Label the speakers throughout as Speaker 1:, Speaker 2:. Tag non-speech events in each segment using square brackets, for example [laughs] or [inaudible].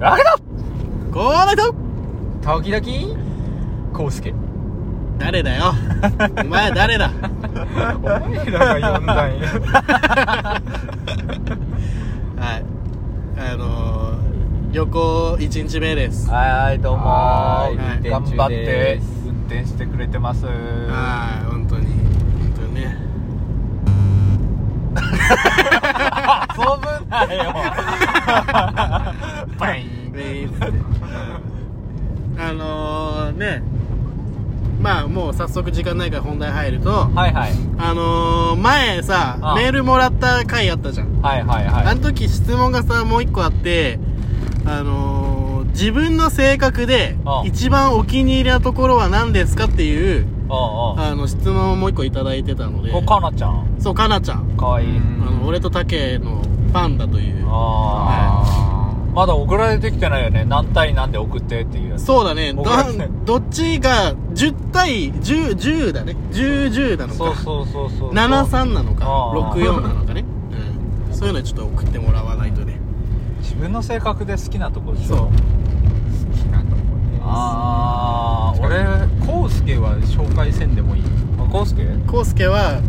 Speaker 1: あれだ
Speaker 2: この人
Speaker 1: 時々コウスケ
Speaker 2: 誰だよお前誰だ
Speaker 1: お前らが呼んだんや
Speaker 2: はいあのー、旅行1日目です
Speaker 3: はいどうも
Speaker 1: は
Speaker 2: ーい
Speaker 3: 頑張っ
Speaker 1: 運転中で
Speaker 3: て
Speaker 1: す
Speaker 3: 運転してくれてます
Speaker 2: はい本当に本当にね
Speaker 3: そうぶんないよ
Speaker 1: バイン
Speaker 2: であのー、ねまあもう早速時間ないから本題入ると
Speaker 3: はいはい
Speaker 2: あのー、前さ
Speaker 3: ああ
Speaker 2: メールもらった回あったじゃん
Speaker 3: はいはいは
Speaker 2: あ
Speaker 3: い
Speaker 2: の時質問がさもう一個あってあのー、自分の性格で
Speaker 3: ああ
Speaker 2: 一番お気に入りなところは何ですかっていう
Speaker 3: おうおう
Speaker 2: あの質問をもう一個いただいてたので
Speaker 3: おかなちゃん
Speaker 2: そうかなちゃん
Speaker 3: かわいい
Speaker 1: うん
Speaker 2: あの俺とタケのファンだという
Speaker 3: ああまだ送られてきてないよね何対何で送ってっていうやつ
Speaker 2: そうだねど
Speaker 3: 僕らね
Speaker 2: どっちが10対1010だね1010なのか
Speaker 3: そうそうそうそう
Speaker 2: 73なのか
Speaker 3: ああ
Speaker 2: 64なのかね、うん、そういうのちょっと送ってもらわないとね
Speaker 3: 自分の性格で好きなとこでし
Speaker 2: そ
Speaker 3: ょ
Speaker 2: う
Speaker 1: 好きなとこです
Speaker 3: ああ俺
Speaker 1: コウスケは紹介せんでもいい
Speaker 3: コウスケ
Speaker 2: コウスケは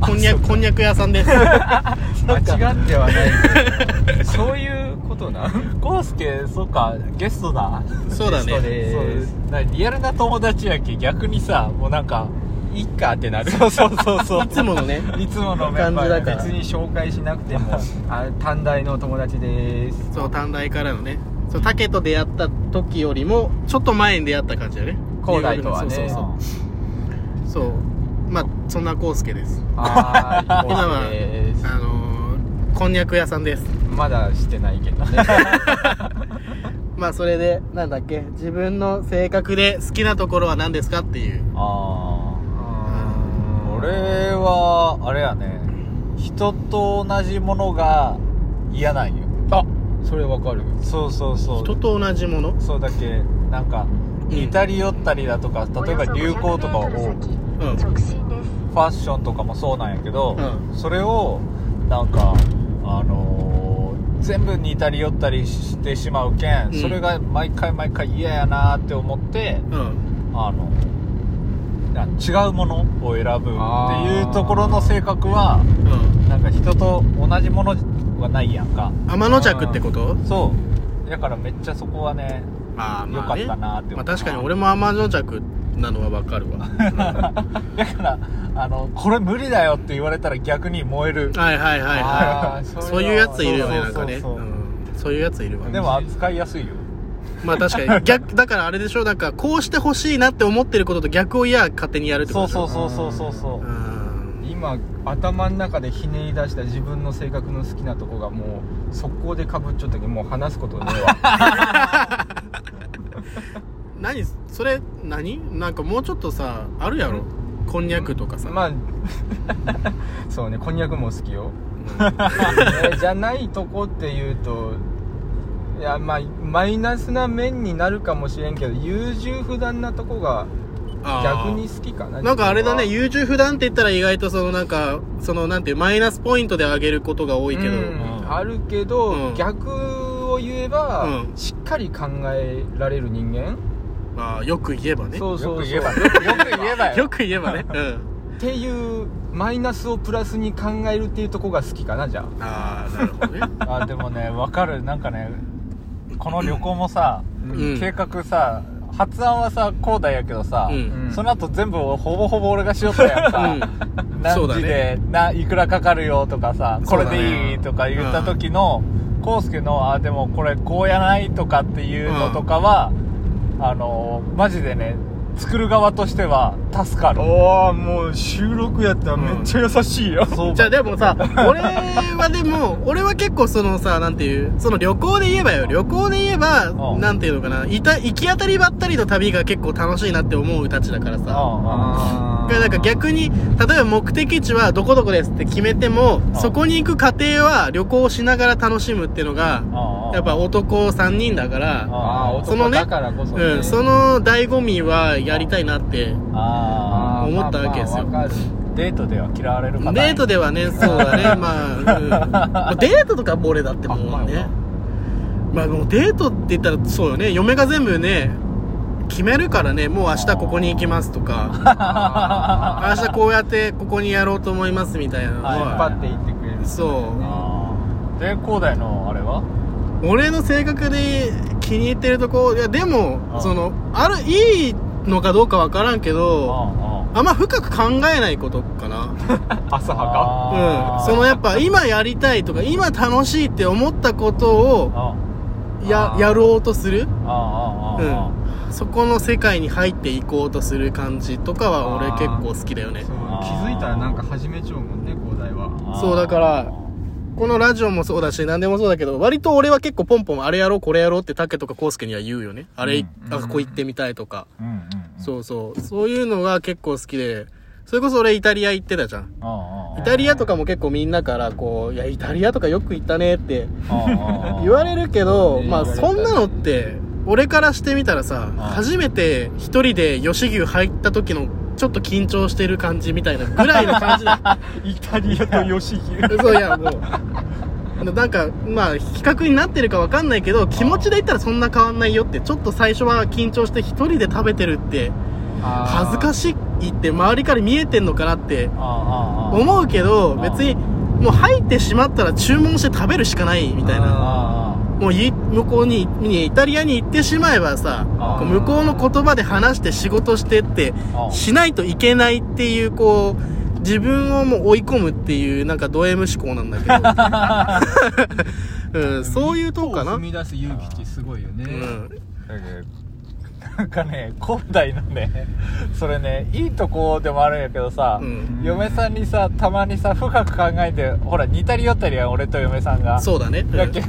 Speaker 2: こんにゃくこんにゃく屋さんです
Speaker 1: 間違ってはないけ [laughs] どそういうことな
Speaker 3: コウスケそうかゲストだ
Speaker 2: そうだ
Speaker 1: ゲスト
Speaker 2: ね
Speaker 1: で
Speaker 3: そう
Speaker 1: ー
Speaker 3: ですなリアルな友達やけ逆にさもうなんか
Speaker 1: いっかってなる
Speaker 3: そうそうそうそう
Speaker 2: いつものね
Speaker 3: いつものメンバーや
Speaker 2: 感じだから
Speaker 1: 別に紹介しなくて [laughs] もあ短大の友達です
Speaker 2: そう短大からのねそうタケと出会った時よりもちょっと前に出会った感じだね
Speaker 1: 高大とはね
Speaker 2: そうそうそうそうまあそんなコウスケです
Speaker 1: はーい
Speaker 2: 今は
Speaker 1: コウスケです
Speaker 2: あのー、こんにゃく屋さんです
Speaker 1: まだしてないけどね
Speaker 2: まあそれでなんだっけ自分の性格で好きなところは何ですかっていう
Speaker 3: [laughs] ああ俺はあれやね人と同じものが嫌なんよ
Speaker 1: あそれわかる
Speaker 3: そうそうそ
Speaker 2: 人
Speaker 3: う
Speaker 2: と同じもの
Speaker 3: そうだけなんか似たり寄ったりだとか例えば流行とかをフ
Speaker 2: うん
Speaker 4: 直進です
Speaker 3: ァッションとかもそうなんやけど、
Speaker 2: う
Speaker 3: それをなんかあのー全部似たり寄ったりしてしまうけん、
Speaker 2: うん
Speaker 3: それが毎回毎回嫌やなーって思って
Speaker 2: うん
Speaker 3: あのな違うものを選ぶっていうところの性格は
Speaker 2: うん
Speaker 3: なんか人と同じものはないやんか
Speaker 2: 天の尺ってこと
Speaker 3: そうだからめっちゃそこはね
Speaker 2: ああ
Speaker 3: 良
Speaker 2: ま
Speaker 3: か
Speaker 2: あ、
Speaker 3: っ
Speaker 2: ね、
Speaker 3: たなって思
Speaker 2: ま
Speaker 3: う
Speaker 2: あ確かに俺も天の尺なのはわかるわうんは
Speaker 3: [laughs] だからあのこれ無理だよって言われたら逆に燃える
Speaker 2: いはいはい
Speaker 3: あ
Speaker 2: は
Speaker 3: ー
Speaker 2: い
Speaker 3: それは
Speaker 2: そういうやついるよね
Speaker 3: そう
Speaker 2: な
Speaker 3: そ
Speaker 2: ん
Speaker 3: うそう
Speaker 2: かね
Speaker 3: そう
Speaker 2: うんそういうやついるわ
Speaker 3: でも扱いやすいよ
Speaker 2: まあ確
Speaker 3: [laughs]
Speaker 2: かに逆だからあれでしょなんかこうしてほしいなって思ってることと逆を嫌勝手にやるってこ
Speaker 3: そ
Speaker 2: と
Speaker 3: う
Speaker 2: でしょ
Speaker 3: そうそうそうそうそうう
Speaker 2: うん
Speaker 1: 今頭の中でひねり出した自分の性格の好きなとこがもう速攻でかぶっちゃったけどもう話すことね
Speaker 2: [laughs]
Speaker 1: えわ
Speaker 2: 何それ何なんかもうちょっとさあるやろこんにゃくとかさ、
Speaker 1: まあ [laughs] そうねこんにゃくも好
Speaker 2: [laughs]
Speaker 1: きよ
Speaker 2: うん
Speaker 1: えじゃないとこっていうといやまあマイナスな面になるかもしれんけど優柔不断なとこが
Speaker 2: あー
Speaker 1: 逆に好きかな
Speaker 2: なんかあれだね
Speaker 1: 自
Speaker 2: 優柔不断って言ったら意外とそのなんかそのなんていうマイナスポイントで上げることが多いけど、
Speaker 1: 分
Speaker 3: う
Speaker 1: はうんんあるけど、
Speaker 2: うん
Speaker 1: 逆を言えば、
Speaker 2: うん
Speaker 1: しっかり考えられる人間
Speaker 2: まあよく言えばね
Speaker 1: そう
Speaker 3: よく
Speaker 1: そう
Speaker 3: 言
Speaker 1: そう
Speaker 3: えばよく言えば
Speaker 2: よ
Speaker 3: よ
Speaker 2: く言えばねうん
Speaker 1: っていうマイナスをプラスに考えるっていうとこが好きかなじゃ
Speaker 2: ああなるほ
Speaker 3: [laughs]
Speaker 2: どね
Speaker 3: あでもねわかるなんかねこの旅行もさ、
Speaker 2: うん
Speaker 3: 計画さ発案はさこうだやけどさ、
Speaker 2: うん
Speaker 3: その後全部ほぼほぼ俺がしよったやんか、
Speaker 2: そう
Speaker 3: 何
Speaker 2: だ
Speaker 3: 時
Speaker 2: ね
Speaker 3: で、ないくらかかるよとかさこれでいいとか言った時のコウスケのあでもこれこうやないとかっていうのとかは、あのマジでね作る側としては助か
Speaker 1: あ
Speaker 3: る
Speaker 1: おおもう収録やったらめっちゃ優しいよ、
Speaker 3: そう
Speaker 2: じゃあでもさ俺はでも俺は結構そのさなんていうその旅行で言えばよ旅行で言えば
Speaker 3: うん
Speaker 2: なんていうのかないた行き当たりばったりの旅が結構楽しいなって思うたちだからさ
Speaker 1: あ
Speaker 2: だからなんか逆に例えば目的地はどこどこですって決めても
Speaker 3: あ
Speaker 2: そこに行く過程は旅行をしながら楽しむっていうのがやっぱ男3人だから
Speaker 1: ああ
Speaker 2: その
Speaker 1: 男
Speaker 2: ね
Speaker 1: だからこそね、
Speaker 2: うんその醍醐味はやりたいなって
Speaker 3: あ
Speaker 1: あー
Speaker 2: 思ったわけですよ
Speaker 1: まあまあわかる
Speaker 3: ーデートでは嫌われる
Speaker 2: デ
Speaker 3: 方
Speaker 2: ート
Speaker 3: で
Speaker 2: で [laughs] はねそうだねまあ、うんもうデートとかも俺だってもうね
Speaker 1: あ
Speaker 2: まあもうデートって言ったらそうよね嫁が全部ね決めるからねもう明日ここに行きますとか [laughs] 明日こうやってここにやろうと思いますみたいなの
Speaker 3: はい
Speaker 1: 引っ
Speaker 2: は
Speaker 1: 張っていっ
Speaker 2: [laughs]
Speaker 1: てくれる
Speaker 2: そう
Speaker 3: あーで恒大のあれは
Speaker 2: 俺の性格で気に入ってるとこいやで
Speaker 3: あ
Speaker 2: も
Speaker 3: あ
Speaker 2: そのあるいいのかどうかわからんけど
Speaker 3: あ
Speaker 2: あんま深く考えないことかな
Speaker 1: 浅はか
Speaker 3: あ
Speaker 2: うん、そのやっぱ今やりたいとか今楽しいって思ったことを
Speaker 3: あ
Speaker 2: や
Speaker 3: あー
Speaker 2: やろうとする
Speaker 3: ああああ
Speaker 2: そこの世界に入っていこうとする感じとかは俺
Speaker 1: あー
Speaker 2: 結構好きだよね
Speaker 1: そう気づいたらなんか始めちゃうもんね広大は
Speaker 3: ああ
Speaker 2: そうだからこのラジオもそうだし何でもそうだけど割と俺は結構ポンポンあれやろうこれやろうって竹とか康介には言うよねあれ、
Speaker 1: うん
Speaker 2: あここ行ってみたいとか、
Speaker 3: うんうんうん
Speaker 2: そうそうそういうのが結構好きでそれこそ俺イタリア行ってたじゃん
Speaker 3: ああああ
Speaker 2: イタリアとかも結構みんなからこう「いやイタリアとかよく行ったね」って
Speaker 3: ああ [laughs]
Speaker 2: 言われるけど、
Speaker 1: ね
Speaker 2: まあ
Speaker 1: 言わ
Speaker 2: そ
Speaker 1: れ
Speaker 2: ん
Speaker 1: た
Speaker 2: なのって、俺からしてみたらさ、
Speaker 3: ああ
Speaker 2: 初めて一人で吉牛入った時の、ちょっと緊張してる感じみたいなぐらいの感じ
Speaker 1: [laughs]
Speaker 2: だ。
Speaker 1: イタリアと吉牛
Speaker 2: そういや、もう。なんか、まあ、比較になってるかわかんないけど、気持ちで言ったらそんな変わんないよって、ちょっと最初は緊張して一人で食べてるって、恥ずか
Speaker 1: しい
Speaker 2: しいって周りから見えてんのかなって
Speaker 3: ああああ
Speaker 2: 思うけど、
Speaker 3: ああ
Speaker 2: 別に、もう入ってしまったら注文して食べるしかないみたいな。
Speaker 3: あ
Speaker 2: もうい向こうににイタリアに行ってしまえばさ
Speaker 3: あー
Speaker 2: こう向こうの言葉で話して仕事してって
Speaker 3: あああ
Speaker 2: しないといけないっていうこう自分をもう追い込むっていうなんかド M 思考なんだけど、うん、そういうとこかな、う
Speaker 1: 踏
Speaker 2: ん、
Speaker 1: み出す勇気ってすごいよね、
Speaker 3: だけどなんかね [laughs] 今代のねそれねいいとこでもあるんやけどさ、
Speaker 2: うん
Speaker 3: 嫁さんにさたまにさ深く考えてほら似たり寄ったりやん俺と嫁さんが
Speaker 2: そうだね、うん
Speaker 3: だっけ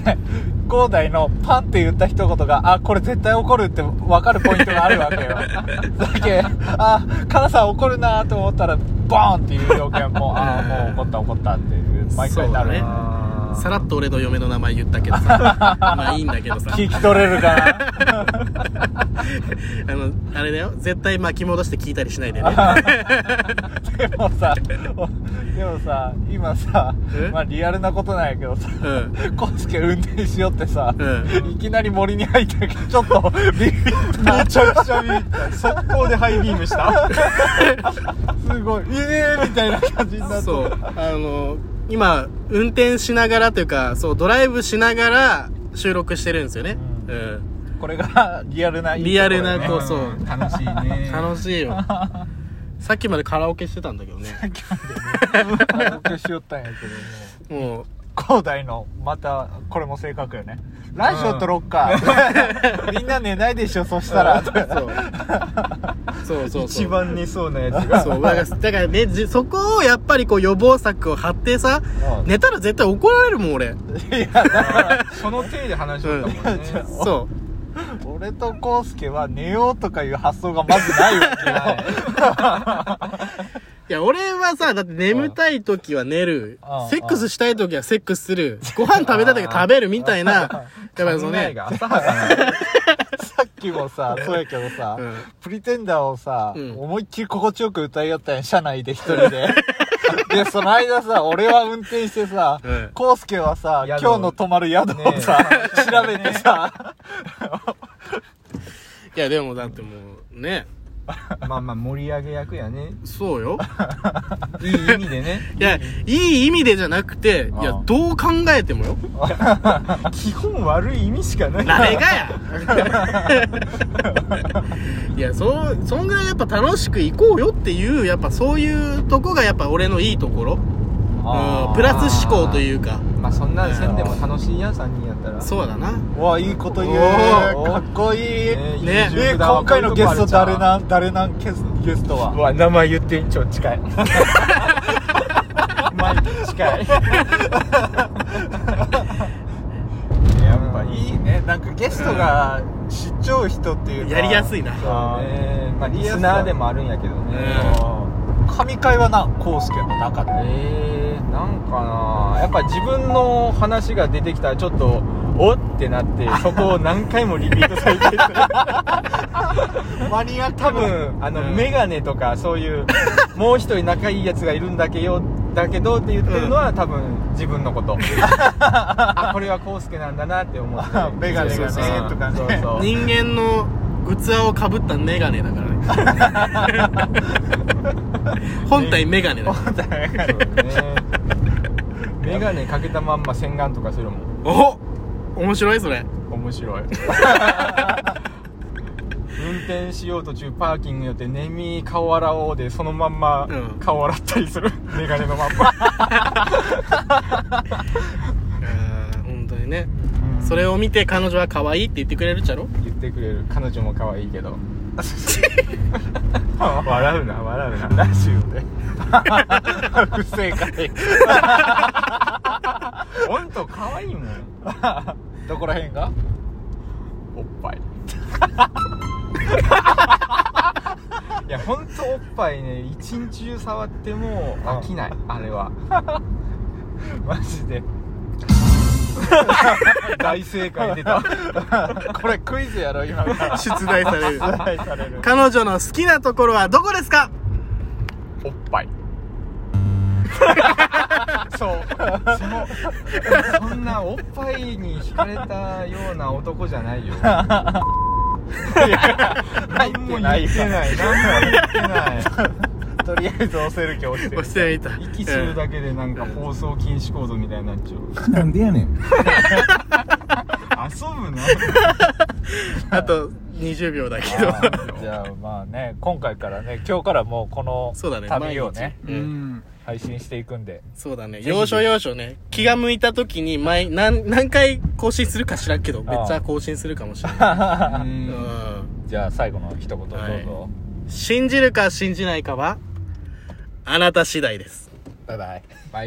Speaker 3: 恒大のパンって言った一言があこれ絶対怒るって分かるポイントがあるわけよだっけあ母さん怒るなと思ったらバーンっていう条件もうあもう怒った怒ったっていう毎回なる
Speaker 2: そうだね
Speaker 1: あー
Speaker 2: さらっと俺の嫁の名前言ったけどさまあいいんだけどさ
Speaker 3: 聞き取れるかな
Speaker 2: あのあれだよ絶対巻き戻して聞いたりしないでね
Speaker 3: でもさでもさ今さ
Speaker 2: え
Speaker 3: まあリアルなことなんやけどさ
Speaker 2: うん
Speaker 3: コウスケ運転しよってさ、
Speaker 2: う
Speaker 3: いきなり森に入ったけどちょっとビビった
Speaker 1: めちゃくちゃビビった速攻でハイビームした
Speaker 3: すごい、えーみたいな感じになって。
Speaker 2: そう。あの、今、運転しながらというか、そう、ドライブしながら収録してるんですよね。
Speaker 3: う
Speaker 2: うん。
Speaker 3: これがリアルないいところよね
Speaker 2: リアルなこうそう
Speaker 1: うん楽しい
Speaker 2: [laughs]
Speaker 1: ね
Speaker 2: 楽しいよ。さっきまでカラオケしてたんだけどね。
Speaker 3: カラオケしよったんやけども。
Speaker 2: もう、
Speaker 3: 広大の、また、これも性格よね。ラジオ撮ろっか。みんな寝ないでしょ、そしたら。
Speaker 2: そう。そうそうそう。
Speaker 1: 一番寝そうなや [laughs] つが
Speaker 2: そう。だから、だからね、じそこをやっぱりこう予防策を張ってさ、
Speaker 3: うん
Speaker 2: 寝たら絶対怒られるもん、俺。
Speaker 3: いや、だから、
Speaker 1: その手で話しとったもんね
Speaker 2: そ
Speaker 3: 俺とコ介スケは寝ようとかいう発想がまずないわけ
Speaker 1: はい
Speaker 3: よ。
Speaker 2: う。いや、俺はさ、だって眠たい時は寝る
Speaker 3: うん。
Speaker 2: セックスしたい時はセックスする。ご飯食べたい時は食べるみたいな。やっぱりその
Speaker 1: 考え
Speaker 2: ね、
Speaker 1: が浅はかな
Speaker 3: さっきも [laughs] さ、そうやけどさ、
Speaker 2: うん
Speaker 3: プリテンダーをさ、
Speaker 2: うん
Speaker 3: 思いっきり心地よく歌いよったんや、車内で一人 [laughs] で。で、その間さ、俺は運転してさ
Speaker 2: うん、
Speaker 3: コウスケはさ、今
Speaker 1: 宿
Speaker 3: 日の泊まる宿をさ、調べて [laughs] さ、
Speaker 2: いやでもだってもうね
Speaker 1: まあまあ盛り上げ役やね
Speaker 2: そうよ
Speaker 1: いい意味
Speaker 3: [laughs]
Speaker 1: でね
Speaker 2: いやいい意味でじゃなくていや
Speaker 3: ああ
Speaker 2: どう考えてもよ
Speaker 1: 基本悪い意味しかない
Speaker 2: 誰が
Speaker 3: [laughs]
Speaker 2: やいやそうそんぐらいやっぱ楽しく行こうよっていうやっぱそういうとこがやっぱ俺のいいところうんプラス思考というか
Speaker 1: まあそんなんせんでも楽しいやん3人やったら
Speaker 2: そうだな
Speaker 3: うわ、いいこと言う。
Speaker 2: おー
Speaker 3: かっこいい。
Speaker 2: ね
Speaker 1: ね優柔
Speaker 3: え、
Speaker 1: 不断は
Speaker 3: 今回のゲスト誰
Speaker 1: こ
Speaker 3: なん誰なんゲスゲスト
Speaker 1: ういうとこあるんちゃ
Speaker 3: は
Speaker 1: ううわ名前言っていい超 [laughs] 近いマイク近いやっぱいい
Speaker 3: ね、なんかゲストが知っちゃう人っていう
Speaker 2: やりやす
Speaker 3: い。
Speaker 2: いな
Speaker 3: あー
Speaker 1: えーまあリスナーでもあるんやけどね
Speaker 3: 神会はな、コウスケの中で。
Speaker 1: えー、なんかなやっぱ自分の話が出てきたらちょっとおってなってそこを何回もリピートされてる
Speaker 3: [laughs] マニアック
Speaker 1: 多分あの、
Speaker 2: うん
Speaker 1: メガネとかそういうもう一人仲いいやつがいるんだけよだけどって言ってるのは、多分自分のこと
Speaker 3: [laughs]
Speaker 1: あこれはコウスケなんだなって思って
Speaker 3: メガネがね
Speaker 1: そうそうそう
Speaker 3: と [laughs] かね
Speaker 1: そうそう
Speaker 2: 人間の器をかぶったメガネだ
Speaker 3: [laughs]
Speaker 2: からね本体メガネ
Speaker 3: [laughs]
Speaker 2: だから
Speaker 1: そうだねメガネかけたまんま洗顔とかするもん
Speaker 2: お面白いそれ
Speaker 1: 面白い運転しよう途中パーキング寄って「眠い顔洗おう」でそのまんま
Speaker 2: うん
Speaker 1: 顔洗ったり [laughs] する、メガネのま
Speaker 2: う
Speaker 1: んま
Speaker 2: ん本当にね
Speaker 1: うん
Speaker 2: それを見て彼女は可愛いって言ってくれるっちゃろ
Speaker 1: 言ってくれる彼女も可愛いけど [laughs] 笑うな笑うな [laughs]
Speaker 3: ラジオで不正解
Speaker 1: 本当可愛いもん
Speaker 3: [laughs] どこら辺が
Speaker 1: おっぱい [laughs] いや本当おっぱいね一日中触っても飽きないあ
Speaker 3: [laughs]
Speaker 1: れはマジで大正解出た
Speaker 3: これクイズやろ今から
Speaker 2: [laughs] 出題される
Speaker 3: 愛される
Speaker 2: 彼女の好きなところはどこですか
Speaker 1: おっぱいそうそのそんなおっぱいに惹かれたような男じゃな
Speaker 3: [laughs]
Speaker 1: いよ
Speaker 3: 入
Speaker 1: 何も言ってない何も言ってない
Speaker 3: とりあえず押せる気押して
Speaker 2: 押してみた
Speaker 1: 息するだけでなんか放送禁止コードみたいになっちゃう
Speaker 4: なんでやね
Speaker 1: 遊
Speaker 4: ん。
Speaker 1: ぶな
Speaker 2: うんあと20秒だけど
Speaker 3: あーじゃあまあね今回からね今日からもうこの
Speaker 2: [laughs] そうだね
Speaker 3: 旅をね
Speaker 2: 毎日うん
Speaker 3: 配信していくんで
Speaker 2: そうだね要所要所ね気が向いた時に毎何何回更新するか知らんけどめっちゃ更新するかもしれないうん
Speaker 3: じゃあ最後の一言どうぞ、
Speaker 2: はい信じるか信じないかはあなた次第です
Speaker 3: バイバイ